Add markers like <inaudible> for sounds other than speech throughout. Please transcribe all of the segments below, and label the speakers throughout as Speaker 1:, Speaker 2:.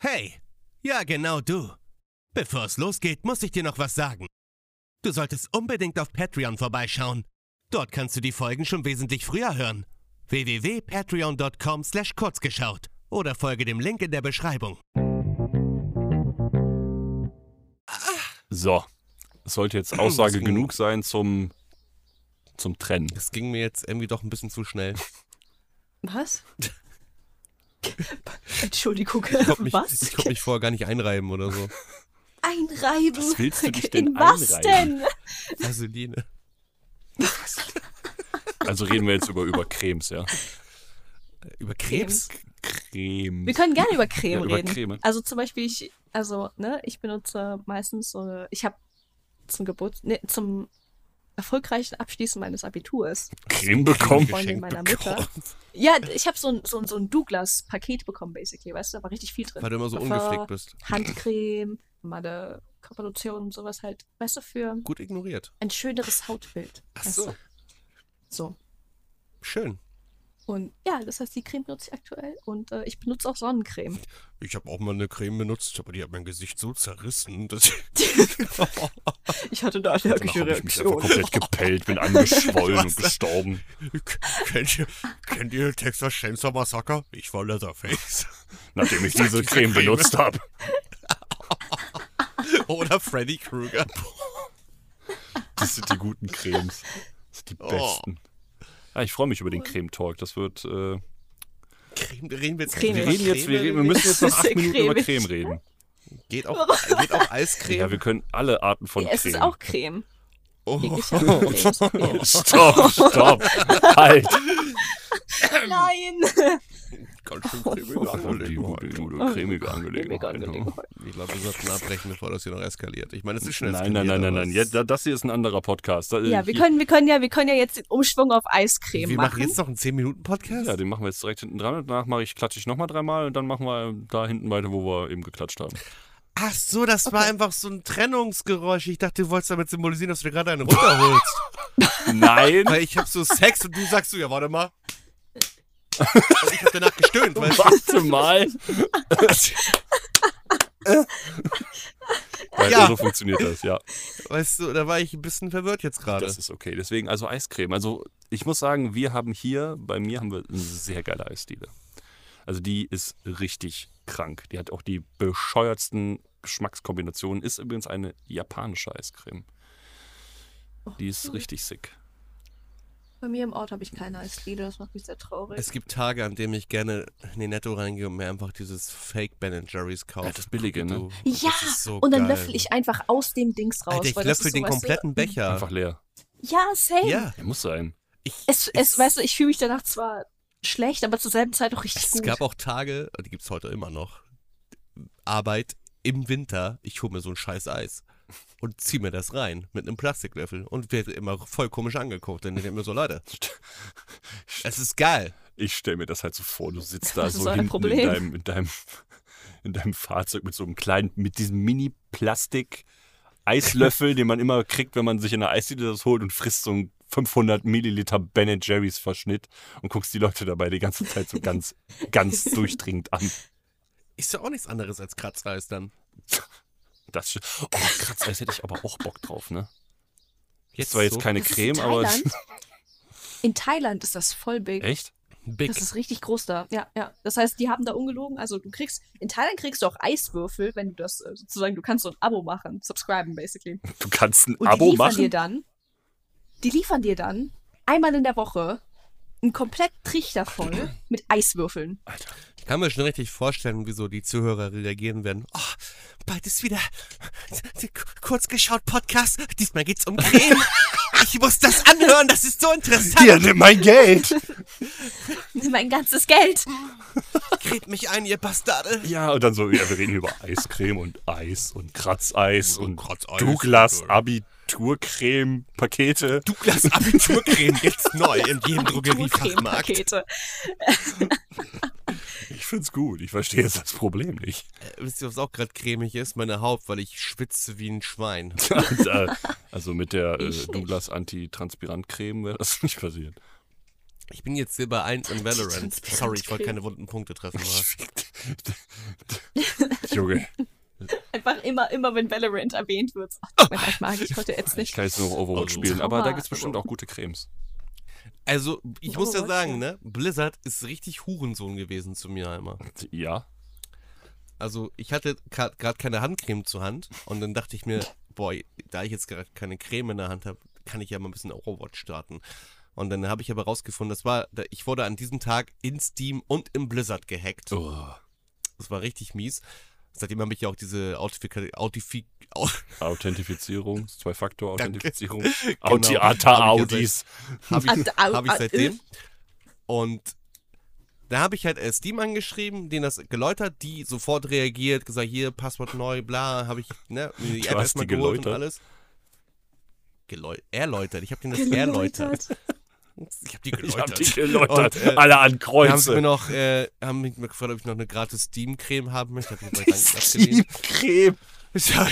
Speaker 1: Hey, ja genau du. Bevor es losgeht, muss ich dir noch was sagen. Du solltest unbedingt auf Patreon vorbeischauen. Dort kannst du die Folgen schon wesentlich früher hören. www.patreon.com slash kurzgeschaut oder folge dem Link in der Beschreibung.
Speaker 2: So, das sollte <clears throat> jetzt Aussage
Speaker 1: Deswegen-
Speaker 2: genug sein zum, zum Trennen.
Speaker 1: Das ging mir jetzt irgendwie doch ein bisschen zu schnell. <laughs>
Speaker 3: Was? Entschuldigung, <laughs>
Speaker 1: konnte mich,
Speaker 3: was?
Speaker 1: ich konnt mich vorher gar nicht einreiben oder
Speaker 3: <laughs>
Speaker 1: so.
Speaker 3: Einreiben.
Speaker 2: Was willst du dich denn
Speaker 3: In was
Speaker 2: einreiben?
Speaker 3: denn?
Speaker 1: Vaseline.
Speaker 2: Also reden wir jetzt über, über Cremes, ja?
Speaker 1: Über Krebs?
Speaker 2: Cremes.
Speaker 3: Wir können gerne über Creme
Speaker 2: Ja, über
Speaker 3: reden.
Speaker 2: Creme.
Speaker 3: Also zum Beispiel, ich, also, ne, ich benutze meistens so, eine- ich habe zum Geburt, ne, zum erfolgreichen Abschließen meines Abiturs.
Speaker 2: Creme bekommen?
Speaker 1: Geschenk
Speaker 3: Freundin meiner
Speaker 1: bekommen.
Speaker 3: Ja, ich habe so ein, so ein, so ein Douglas-Paket bekommen, basically, weißt du, da war richtig viel drin.
Speaker 1: Weil du immer so
Speaker 3: Parfum,
Speaker 1: ungepflegt bist.
Speaker 3: Handcreme, meine Körperlotion und sowas halt, weißt du, für
Speaker 1: Gut ignoriert.
Speaker 3: ein schöneres Hautbild.
Speaker 1: Ach
Speaker 3: weißt
Speaker 1: so,
Speaker 3: du? So.
Speaker 1: schön.
Speaker 3: Und ja, das heißt, die Creme benutze ich aktuell und äh, ich benutze auch Sonnencreme.
Speaker 1: Ich habe auch mal eine Creme benutzt, aber die hat mein Gesicht so zerrissen, dass
Speaker 2: <laughs>
Speaker 1: ich <laughs>
Speaker 3: <laughs> Ich hatte da
Speaker 1: Genau,
Speaker 2: Danach
Speaker 3: allergische
Speaker 2: habe ich mich einfach
Speaker 3: Reaktion.
Speaker 2: komplett gepellt, bin angeschwollen und gestorben.
Speaker 1: Kennt ihr, kennt ihr Texas Chainsaw Massacre? Ich war
Speaker 2: <laughs>
Speaker 1: Leatherface.
Speaker 2: Nachdem ich diese Creme benutzt habe.
Speaker 1: Oder Freddy Krueger.
Speaker 2: Das sind die guten Cremes. Das sind die besten. Ah, ich freue mich über den Creme-Talk. Das wird. Äh,
Speaker 1: Creme, reden wir jetzt
Speaker 3: Creme.
Speaker 2: wir,
Speaker 1: über
Speaker 2: reden jetzt, wir, reden, wir müssen jetzt noch acht Minuten über Creme reden.
Speaker 1: Geht auch,
Speaker 2: <laughs>
Speaker 1: geht auch Eiscreme.
Speaker 2: Ja, wir können alle Arten von
Speaker 3: Ja, es
Speaker 2: Creme.
Speaker 3: ist auch Creme.
Speaker 1: <laughs> oh,
Speaker 3: Jegliche Creme ist
Speaker 1: <laughs>
Speaker 3: Creme.
Speaker 2: Stopp,
Speaker 3: <laughs>
Speaker 2: stopp. halt.
Speaker 1: Äh,
Speaker 3: Nein!
Speaker 1: ganz
Speaker 2: Oh,
Speaker 1: schön cremige Angelegenheit.
Speaker 2: Cremige
Speaker 3: Mega
Speaker 2: Angelegenheit.
Speaker 3: angenehm.
Speaker 1: Ich glaube, wir sollten abbrechen, bevor das hier noch eskaliert. Ich meine, es ist schnell
Speaker 2: Nein, nein, nein, nein, nein. Ja, da- das hier ist ein anderer Podcast. Da- äh,
Speaker 3: Ja, wir
Speaker 2: hier-
Speaker 3: können, wir können ja, wir können ja jetzt den Umschwung auf Eiscreme
Speaker 1: Wir machen
Speaker 3: machen.
Speaker 1: jetzt noch einen 10-Minuten-Podcast?
Speaker 2: Ja, den machen wir jetzt direkt hinten dran. Danach mache ich, klatsche ich nochmal dreimal und dann machen wir da hinten weiter, wo wir eben
Speaker 1: <laughs>
Speaker 2: geklatscht haben.
Speaker 1: Ach so, das war einfach so ein Trennungsgeräusch. Ich dachte, du wolltest damit symbolisieren, dass du dir gerade einen runterholst.
Speaker 2: Nein!
Speaker 1: Weil ich hab so Sex und du sagst so, ja, warte mal. Und ich hab danach gestöhnt, weißt du?
Speaker 2: Warte mal. <laughs> Weil
Speaker 1: Ja.
Speaker 2: so funktioniert das, ja.
Speaker 1: Weißt du, da war ich ein bisschen verwirrt jetzt gerade.
Speaker 2: Das ist okay. Deswegen, also Eiscreme. Also ich muss sagen, wir haben hier, bei mir haben wir eine sehr geile Eisdiele. Also die ist richtig krank. Die hat auch die bescheuertsten Geschmackskombinationen. Ist übrigens eine japanische Eiscreme. Die ist richtig sick.
Speaker 3: Bei mir im Ort habe ich keine Eisdiele, das macht mich sehr traurig.
Speaker 1: Es gibt Tage, an denen ich gerne in den Netto reingehe und mir einfach dieses Fake Ben Jerry's kaufe.
Speaker 2: Ja, das Billige, ne?
Speaker 1: Du,
Speaker 3: ja,
Speaker 1: das ist so
Speaker 3: und dann
Speaker 1: geil.
Speaker 3: löffel ich einfach aus dem Dings raus.
Speaker 1: Alter, ich
Speaker 3: weil das
Speaker 1: löffel
Speaker 3: ist so,
Speaker 1: den
Speaker 3: weißt du, Mhm.
Speaker 1: kompletten Becher.
Speaker 2: Einfach leer.
Speaker 3: Ja, same.
Speaker 1: Ja.
Speaker 2: Der muss sein.
Speaker 1: Ich,
Speaker 3: Es, es, weißt du, ich fühle mich danach zwar schlecht, aber zur selben Zeit auch richtig
Speaker 1: es
Speaker 3: gut.
Speaker 1: gab auch Tage, die gibt's heute immer noch, Arbeit im Winter, ich hole mir so ein scheiß Eis und zieh mir das rein mit einem Plastiklöffel und werde immer voll komisch angeguckt. Dann denke ich mir so, Leute, es ist geil.
Speaker 2: Ich stelle mir das halt so vor, du sitzt da
Speaker 3: Das ist
Speaker 2: so
Speaker 3: euer
Speaker 2: hinten
Speaker 3: Problem.
Speaker 2: in deinem, in, deinem, <laughs> in deinem Fahrzeug mit so einem kleinen, mit diesem Mini-Plastik-Eislöffel, den man immer kriegt, wenn man sich in einer Eisdiele das holt und frisst so einen 500 Milliliter Ben Jerry's Verschnitt und guckst die Leute dabei die ganze Zeit so ganz,
Speaker 3: <laughs>
Speaker 2: ganz durchdringend an.
Speaker 1: Ist ja auch nichts anderes als Kratzeis dann.
Speaker 2: Das, sch- oh, Kratzeis hätte ich aber auch Bock drauf, ne? Jetzt war jetzt keine
Speaker 3: Das ist
Speaker 2: Creme,
Speaker 3: in
Speaker 2: aber.
Speaker 3: Thailand?
Speaker 1: <laughs>
Speaker 3: In Thailand ist das voll big.
Speaker 2: Echt?
Speaker 1: Big.
Speaker 3: Das ist richtig groß da. Ja, ja. Das heißt, die haben da ungelogen. Also du kriegst, in Thailand kriegst du auch Eiswürfel, wenn du das äh, sozusagen, du kannst so ein Abo machen, subscriben basically.
Speaker 2: Du kannst ein
Speaker 3: Und die
Speaker 2: Abo
Speaker 3: liefern dir
Speaker 2: machen?
Speaker 3: dann, die liefern dir dann einmal in der Woche einen komplett Trichter voll mit Eiswürfeln.
Speaker 2: Alter.
Speaker 1: Ich kann mir schon richtig vorstellen, wieso die Zuhörer reagieren werden. Oh, bald ist wieder der K- kurzgeschaut Podcast. Diesmal geht's um
Speaker 3: <laughs>
Speaker 1: Creme. ich muss das anhören, das ist so interessant.
Speaker 2: Hier, nimm mein Geld!
Speaker 3: Nimm mein ganzes Geld.
Speaker 1: Kret mich ein, ihr Bastarde.
Speaker 2: Ja, und dann so, ja, wir reden hier über Eiscreme und Eis und Kratzeis und
Speaker 1: Kratzeis.
Speaker 2: Douglas Abiturcreme-Pakete.
Speaker 1: Douglas Abiturcreme jetzt neu in jedem Drogeriefachmarkt.
Speaker 3: Cremepakete.
Speaker 2: Ich find's gut, ich verstehe jetzt das Problem nicht.
Speaker 1: Äh, Wisst ihr, was auch gerade cremig ist? Meine Haut, weil ich schwitze wie ein Schwein.
Speaker 2: <laughs> Und, äh, also mit der äh,
Speaker 3: Ich nicht.
Speaker 2: Douglas Antitranspirant-Creme wäre das nicht passiert.
Speaker 1: Ich bin jetzt Silber 1 in Valorant.
Speaker 3: Transparent
Speaker 1: Sorry, ich wollte
Speaker 2: <laughs>
Speaker 3: Creme.
Speaker 1: keine wunden Punkte treffen. Aber
Speaker 2: Ich Junge.
Speaker 3: Einfach immer, immer, wenn Valorant erwähnt wird. Ach, das mag ich heute jetzt
Speaker 2: Ich
Speaker 3: nicht.
Speaker 2: kann jetzt nur noch Overwatch
Speaker 1: Oh,
Speaker 2: spielen, aber da
Speaker 3: Trauma.
Speaker 2: gibt es bestimmt auch gute Cremes.
Speaker 1: Also, ich muss ja
Speaker 3: Overwatch,
Speaker 1: sagen,
Speaker 3: ja.
Speaker 1: ne, Blizzard ist richtig Hurensohn gewesen zu mir einmal.
Speaker 2: Ja.
Speaker 1: Also, ich hatte gerade keine Handcreme zur Hand und dann dachte ich mir, boah, da ich jetzt gerade keine Creme in der Hand habe, kann ich ja mal ein bisschen Overwatch starten. Und dann habe ich aber rausgefunden, das war, da- ich wurde an diesem Tag in Steam und im Blizzard gehackt.
Speaker 2: Oh.
Speaker 1: Das war richtig mies. Seitdem habe ich ja auch diese Autifi Autifi Au
Speaker 2: Authentifizierung, Zwei-Faktor-Authentifizierung.
Speaker 1: Genau.
Speaker 2: Audiata
Speaker 1: Hab ich ja
Speaker 2: Audis.
Speaker 1: habe ich,
Speaker 3: Ah, au,
Speaker 1: hab ich
Speaker 3: ah,
Speaker 1: seitdem. Und da habe ich halt äh, Steam angeschrieben, denen das geläutert, die sofort reagiert, gesagt, hier, Passwort neu, bla, habe ich, ne, mir die
Speaker 2: <laughs> Du
Speaker 1: App
Speaker 2: hast
Speaker 1: erstmal
Speaker 2: die
Speaker 1: geholt und
Speaker 2: geläutert?
Speaker 1: alles. Geläu erläutert, ich habe denen das erläutert. Ich habe die
Speaker 2: Ich hab
Speaker 1: geläutert.
Speaker 2: die geläutert.
Speaker 1: Und, äh,
Speaker 2: Alle an
Speaker 1: Dann haben sie mir
Speaker 2: Kreuze.
Speaker 1: noch, äh, haben mich mal gefragt, ob ich noch eine gratis Steam-Creme haben möchte. Hab ich
Speaker 3: <laughs>
Speaker 1: bei Dank abgelehnt.
Speaker 2: Steamcreme.
Speaker 1: <laughs> So, da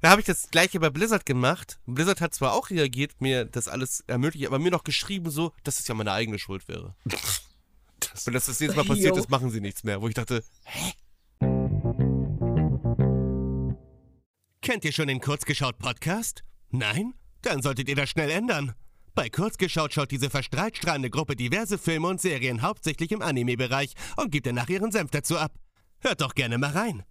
Speaker 1: da habe ich das gleiche bei Blizzard gemacht. Blizzard hat zwar auch reagiert, mir das alles ermöglicht, aber mir noch geschrieben so, dass es ja meine eigene Schuld wäre. Und dass das jetzt mal passiert
Speaker 3: Yo.
Speaker 1: ist, machen sie nichts mehr. Wo ich dachte, hä? Kennt ihr schon den Kurzgeschaut-Podcast? Nein? Dann solltet ihr das schnell ändern. Bei Kurzgeschaut schaut diese verstrahlt strahlende Gruppe diverse Filme und Serien hauptsächlich im Anime-Bereich und gibt danach ihren Senf dazu ab. Hört doch gerne mal rein.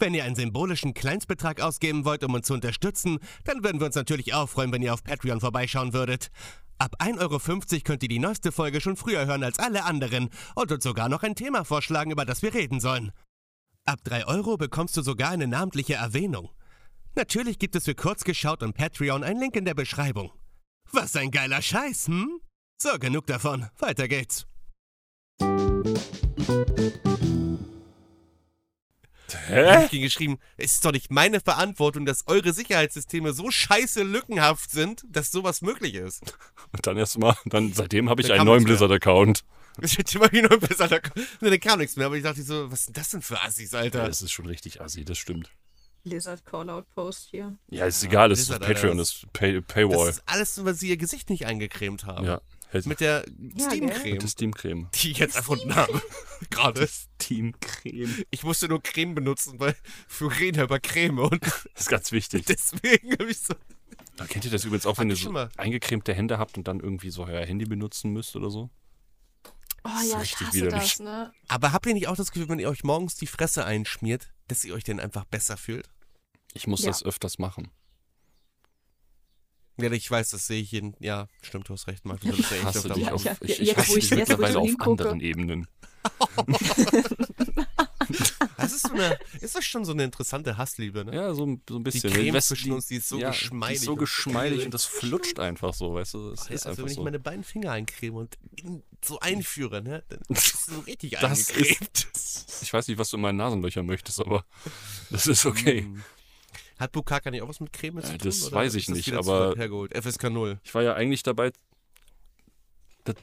Speaker 1: Wenn ihr einen symbolischen Kleinstbetrag ausgeben wollt, um uns zu unterstützen, dann würden wir uns natürlich auch freuen, wenn ihr auf Patreon vorbeischauen würdet. Ab 1,50 Euro könnt ihr die neueste Folge schon früher hören als alle anderen und uns sogar noch ein Thema vorschlagen, über das wir reden sollen. Ab 3 Euro bekommst du sogar eine namentliche Erwähnung. Natürlich gibt es für Kurzgeschaut und Patreon einen Link in der Beschreibung. Was ein geiler Scheiß, hm? So, genug davon. Weiter geht's. Hab
Speaker 2: Hä?
Speaker 1: ich denen geschrieben, es ist doch nicht meine Verantwortung, dass eure Sicherheitssysteme so scheiße lückenhaft sind, dass sowas möglich ist.
Speaker 2: Und dann erstmal, dann seitdem habe ich
Speaker 1: Da
Speaker 2: einen
Speaker 1: kam
Speaker 2: neuen
Speaker 1: nichts mehr.
Speaker 2: Blizzard-Account.
Speaker 1: Das wird immer wieder ein bisschen, da <laughs> kam- da kam nichts mehr, aber ich dachte so, was sind das denn für Assis,
Speaker 2: Ja,
Speaker 1: Alter?
Speaker 2: es ist schon richtig assi, das stimmt.
Speaker 3: Lizard Callout-Post hier.
Speaker 2: Ja, ist egal, es ist
Speaker 1: Blizzard,
Speaker 2: Patreon,
Speaker 1: Alter,
Speaker 2: es ist Pay
Speaker 1: Das
Speaker 2: Paywall.
Speaker 1: ist alles, weil sie ihr Gesicht nicht eingecremt haben.
Speaker 2: ja, hält mit
Speaker 1: Mit der
Speaker 3: gell?
Speaker 1: Steamcreme,
Speaker 2: der Steamcreme.
Speaker 1: die ich jetzt erfunden habe. Gerade.
Speaker 2: Steamcreme.
Speaker 1: <laughs> Ich musste nur Creme benutzen, weil wir reden ja über Creme und <laughs>
Speaker 2: Das ist ganz wichtig.
Speaker 1: deswegen habe ich so.
Speaker 2: Da kennt ihr das übrigens auch, wenn
Speaker 1: Hatte
Speaker 2: ihr
Speaker 1: ich
Speaker 2: so
Speaker 1: schon mal.
Speaker 2: eingecremte Hände habt und dann irgendwie so euer Handy benutzen müsst oder so?
Speaker 3: Oh
Speaker 2: ist
Speaker 3: ja, ich
Speaker 2: richtig
Speaker 3: hasse
Speaker 2: widerlich.
Speaker 3: das, ne?
Speaker 1: Aber habt ihr nicht auch das Gefühl, wenn ihr euch morgens die Fresse einschmiert, dass ihr euch dann einfach besser fühlt?
Speaker 2: Ich muss
Speaker 3: Ja.
Speaker 2: das öfters machen.
Speaker 1: Ja, ich weiß, das sehe ich jeden. Ja, stimmt, du hast recht, Marc. Du
Speaker 2: <laughs>
Speaker 1: bist ja echt
Speaker 2: hasse
Speaker 1: öfter
Speaker 2: dich
Speaker 1: mal-
Speaker 2: auf,
Speaker 3: Ja, ja,
Speaker 2: ich, ich
Speaker 3: jetzt, wo
Speaker 2: hasse
Speaker 3: ich-
Speaker 2: dich
Speaker 3: jetzt, wo ich
Speaker 2: mittlerweile auf
Speaker 3: hingucke.
Speaker 2: anderen Ebenen.
Speaker 1: Das ist, so eine, ist das schon so eine interessante Hassliebe, ne?
Speaker 2: Ja, so, ein- so ein bisschen.
Speaker 1: Creme
Speaker 2: Weißt du,
Speaker 1: zwischen uns, die ist so geschmeidig
Speaker 2: Die ist so
Speaker 1: und-
Speaker 2: geschmeidig und das flutscht einfach so, weißt du? Das
Speaker 1: Ach ja,
Speaker 2: ist
Speaker 1: also
Speaker 2: einfach
Speaker 1: wenn ich
Speaker 2: so.
Speaker 1: meine beiden Finger eincreme und in, so einführe, ne?
Speaker 2: <laughs>
Speaker 1: Dann ist so richtig
Speaker 2: Das
Speaker 1: eingecremt.
Speaker 2: Ich weiß nicht, was du in meinen Nasenlöchern möchtest, aber <laughs> das ist okay.
Speaker 1: Mm. Hat Bukaka nicht auch was mit Creme zu
Speaker 2: Äh,
Speaker 1: tun?
Speaker 2: das
Speaker 1: oder
Speaker 2: weiß ich
Speaker 1: ist das
Speaker 2: nicht,
Speaker 1: wieder zu
Speaker 2: aber-
Speaker 1: weit Hergeholt? FSK 0.
Speaker 2: Ich war ja eigentlich dabei. Das,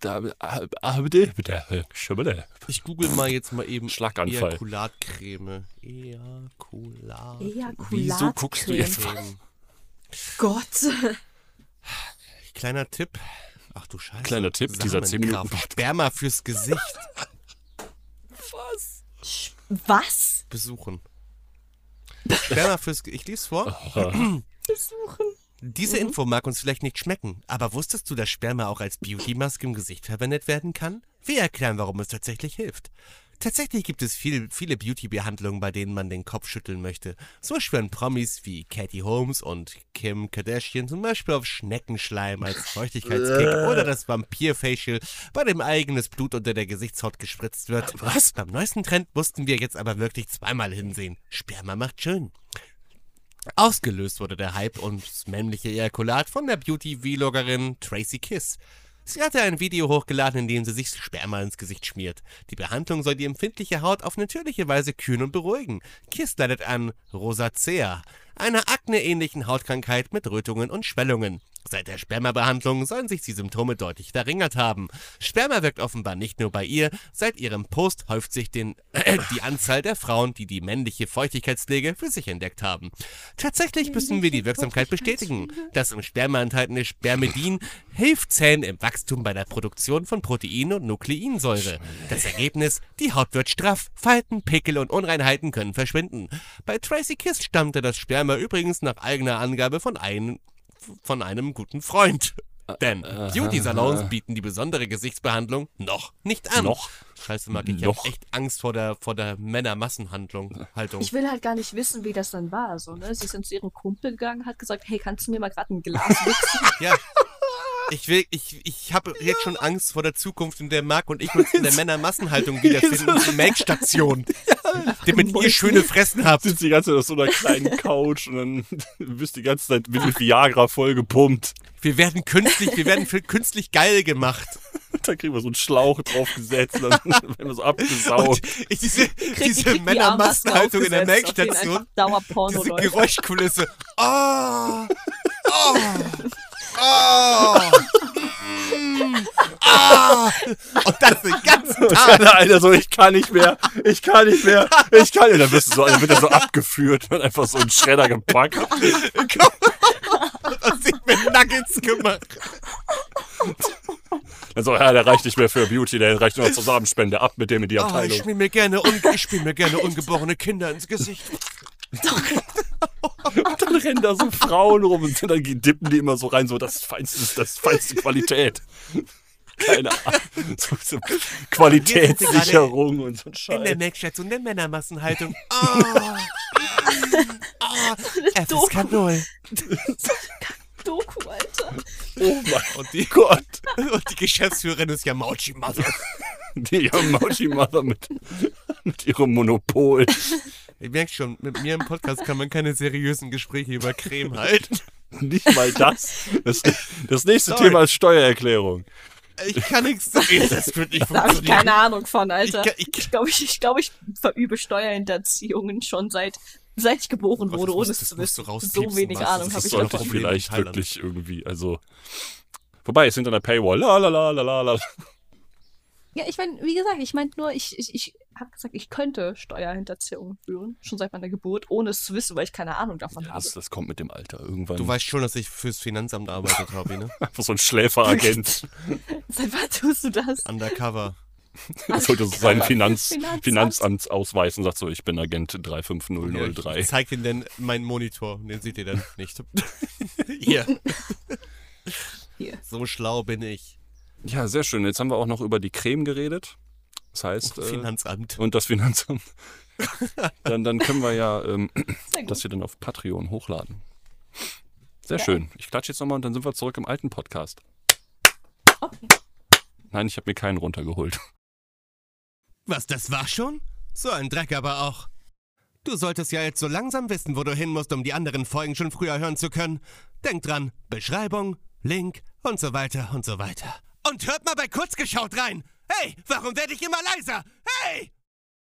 Speaker 2: da, ah, ah, bitte, bitte, schimmel.
Speaker 1: Ich google mal jetzt mal eben
Speaker 2: Schlaganfall.
Speaker 1: Ejakulatcreme. Ejakulat.
Speaker 3: Ejakulatcreme.
Speaker 2: Wieso guckst du jetzt?
Speaker 1: Creme.
Speaker 3: Gott.
Speaker 1: Kleiner Tipp. Ach du Scheiße.
Speaker 2: Kleiner Tipp, dieser 10 Minuten
Speaker 1: Samenkraft. Sperma fürs Gesicht
Speaker 3: Was?
Speaker 1: besuchen. Sperma fürs Ge Ich lese vor.
Speaker 3: Besuchen.
Speaker 1: Diese Info mag uns vielleicht nicht schmecken, aber wusstest du, dass Sperma auch als Beauty-Maske im Gesicht verwendet werden kann? Wir erklären, warum es tatsächlich hilft. Tatsächlich gibt es viel, viele Beauty-Behandlungen, bei denen man den Kopf schütteln möchte. So schwören Promis wie Katie Holmes und Kim Kardashian zum Beispiel auf Schneckenschleim als Feuchtigkeitskick oder das Vampir-Facial, bei dem eigenes Blut unter der Gesichtshaut gespritzt wird. Was? Beim neuesten Trend mussten wir jetzt aber wirklich zweimal hinsehen. Sperma macht schön. Ausgelöst wurde der Hype und das männliche Ejakulat von der Beauty-Vloggerin Tracy Kiss. Sie hatte ein Video hochgeladen, in dem sie sich Sperma ins Gesicht schmiert. Die Behandlung soll die empfindliche Haut auf natürliche Weise kühlen und beruhigen. Kiss leidet an Rosacea, einer akneähnlichen Hautkrankheit mit Rötungen und Schwellungen. Seit der Spermabehandlung sollen sich die Symptome deutlich verringert haben. Sperma wirkt offenbar nicht nur bei ihr. Seit ihrem Post häuft sich den, <clears throat> äh, die Anzahl der Frauen, die die männliche Feuchtigkeitspflege für sich entdeckt haben. Tatsächlich müssen wir die Wirksamkeit bestätigen. Das im Sperma enthaltene Spermidin hilft Zellen im Wachstum bei der Produktion von Protein und Nukleinsäure. Das Ergebnis, die Haut wird straff, Falten, Pickel und Unreinheiten können verschwinden. Bei Tracy Kiss stammte das Sperma übrigens nach eigener Angabe von einem, von einem guten Freund. Denn
Speaker 2: Äh,
Speaker 1: Beauty-Salons bieten die besondere Gesichtsbehandlung noch nicht an.
Speaker 2: Noch?
Speaker 1: Scheiße, Marc, ich
Speaker 2: Noch?
Speaker 1: habe echt Angst vor der, vor der Männermassenhandlung. Haltung.
Speaker 3: Ich will halt gar nicht wissen, wie das dann war. So, ne? Sie sind zu ihrem Kumpel gegangen, hat gesagt, hey, kannst du mir mal gerade
Speaker 1: <laughs>
Speaker 3: ein Glas wichsen?
Speaker 1: Ja. Ich will, ich, ich habe jetzt schon Angst vor der Zukunft, in der Marc und ich uns
Speaker 3: <laughs>
Speaker 1: in der Männermassenhaltung wiederfinden, in Melkstation. damit ihr
Speaker 3: <laughs>
Speaker 1: schöne Fressen habt.
Speaker 2: Sitzt die ganze Zeit auf so einer
Speaker 1: <laughs>
Speaker 2: kleinen Couch und dann <laughs> bist die ganze Zeit mit mit Viagra vollgepumpt. <laughs>
Speaker 1: Wir werden künstlich, wir werden für künstlich geil gemacht.
Speaker 2: Da kriegen wir so einen Schlauch draufgesetzt und dann <laughs> werden wir so abgesaut.
Speaker 1: Und ich, diese
Speaker 3: <laughs> Krieg-
Speaker 1: diese
Speaker 3: krieg die
Speaker 1: Männermassenhaltung in der
Speaker 3: Armmaske aufgesetzt, auf
Speaker 1: Melkstation,
Speaker 3: denen einfach Dauerporno
Speaker 1: diese
Speaker 3: läuft.
Speaker 1: Geräuschkulisse. Oh,
Speaker 3: <laughs>
Speaker 1: oh, oh,
Speaker 3: <laughs>
Speaker 1: mm, ah. Und das den ganzen
Speaker 2: <laughs>
Speaker 1: Tag.
Speaker 2: Alter, Alter, so, ich kann nicht mehr, ich kann nicht mehr, ich kann nicht. Dann, wirst du so, dann wird er so abgeführt und einfach so in den Schredder gepackt.
Speaker 1: Und sich mit Nuggets gemacht.
Speaker 3: <laughs>
Speaker 2: Dann so, ja, der reicht nicht mehr für Beauty, der reicht nur noch zur Samenspende. Ab mit dem in die
Speaker 1: Oh, ich
Speaker 2: Abteilung.
Speaker 1: spiele mir gerne, un ich spiel mir gerne ungeborene Kinder ins Gesicht.
Speaker 2: Und dann rennen da so Frauen rum und dann dippen die immer so rein, so das ist feinste, das ist feinste Qualität. Keine Ahnung. So, so Qualitätssicherung und so
Speaker 1: In
Speaker 2: ein
Speaker 1: der
Speaker 2: Scheiß.
Speaker 1: Melkstation der Männermassenhaltung. Oh, oh, FSK 0. <laughs>
Speaker 3: Doku, Alter.
Speaker 2: Oh mein
Speaker 1: Und die,
Speaker 2: Gott.
Speaker 1: und die Geschäftsführerin ist Yamauchi Mother.
Speaker 2: Die Yamauchi Mother mit, mit ihrem Monopol.
Speaker 1: Ihr merkt schon, mit mir im Podcast kann man keine seriösen Gespräche über Creme halten.
Speaker 2: Nicht mal das. Das, das nächste
Speaker 1: Sorry.
Speaker 2: Thema ist Steuererklärung.
Speaker 1: Ich kann nichts sagen. Das wird nicht
Speaker 3: Da habe ich
Speaker 1: funktionieren.
Speaker 3: keine Ahnung von, Alter.
Speaker 1: Ich- ich-
Speaker 3: Ich, glaube, ich, ich, glaub, ich verübe Steuerhinterziehungen schon seit, seit ich geboren
Speaker 1: Oh Gott,
Speaker 3: wurde,
Speaker 1: das
Speaker 3: ohne
Speaker 1: musst-
Speaker 3: es zu
Speaker 1: das musst du
Speaker 3: wissen.
Speaker 1: rauspiepsen,
Speaker 3: So wenig
Speaker 1: Marcel,
Speaker 3: Ahnung
Speaker 1: das
Speaker 3: habe
Speaker 2: Das
Speaker 3: ich
Speaker 1: ist so
Speaker 3: davon.
Speaker 2: sollte
Speaker 1: glaub, das
Speaker 2: vielleicht
Speaker 1: leben in Thailand.
Speaker 2: wirklich irgendwie, also. Vorbei, es ist hinter einer Paywall. La la la la la la.
Speaker 3: Ja, ich meine, wie gesagt, ich meinte nur, ich, ich, ich habe gesagt, ich könnte Steuerhinterziehungen führen, schon seit meiner Geburt, ohne es zu wissen, weil ich keine Ahnung davon habe.
Speaker 2: Das, das kommt mit dem Alter. Irgendwann
Speaker 1: Du weißt schon, dass ich fürs Finanzamt arbeite, Tobi, ne?
Speaker 2: einfach so ein Schläferagent.
Speaker 3: <laughs> Seit wann tust du das?
Speaker 1: Undercover.
Speaker 2: Er sollte so seinen Finanz,
Speaker 3: Finanzamt.
Speaker 2: Finanzamtsausweis und sagt so, ich bin Agent
Speaker 1: Ich
Speaker 2: 35003.
Speaker 1: zeig Ihnen denn meinen Monitor. Den seht ihr dann
Speaker 3: <laughs>
Speaker 1: nicht. Hier.
Speaker 3: Hier.
Speaker 1: So schlau bin ich.
Speaker 2: Ja, sehr schön. Jetzt haben wir auch noch über die Creme geredet. Das
Speaker 1: Oh,
Speaker 2: heißt, äh,
Speaker 1: Finanzamt.
Speaker 2: und das Finanzamt. dann, dann können wir ja ähm,
Speaker 3: Sehr gut.
Speaker 2: das hier dann auf Patreon hochladen. Sehr schön. Ich klatsche jetzt nochmal und dann sind wir zurück im alten Podcast. <laughs>
Speaker 3: Okay.
Speaker 2: Nein, ich habe mir keinen runtergeholt.
Speaker 1: Was, das war schon? So ein Dreck aber auch. Du solltest ja jetzt so langsam wissen, wo du hin musst, um die anderen Folgen schon früher hören zu können. Denk dran, Beschreibung, Link und so weiter und so weiter. Und hört mal bei Kurzgeschaut rein. Hey, warum werde ich immer leiser? Hey!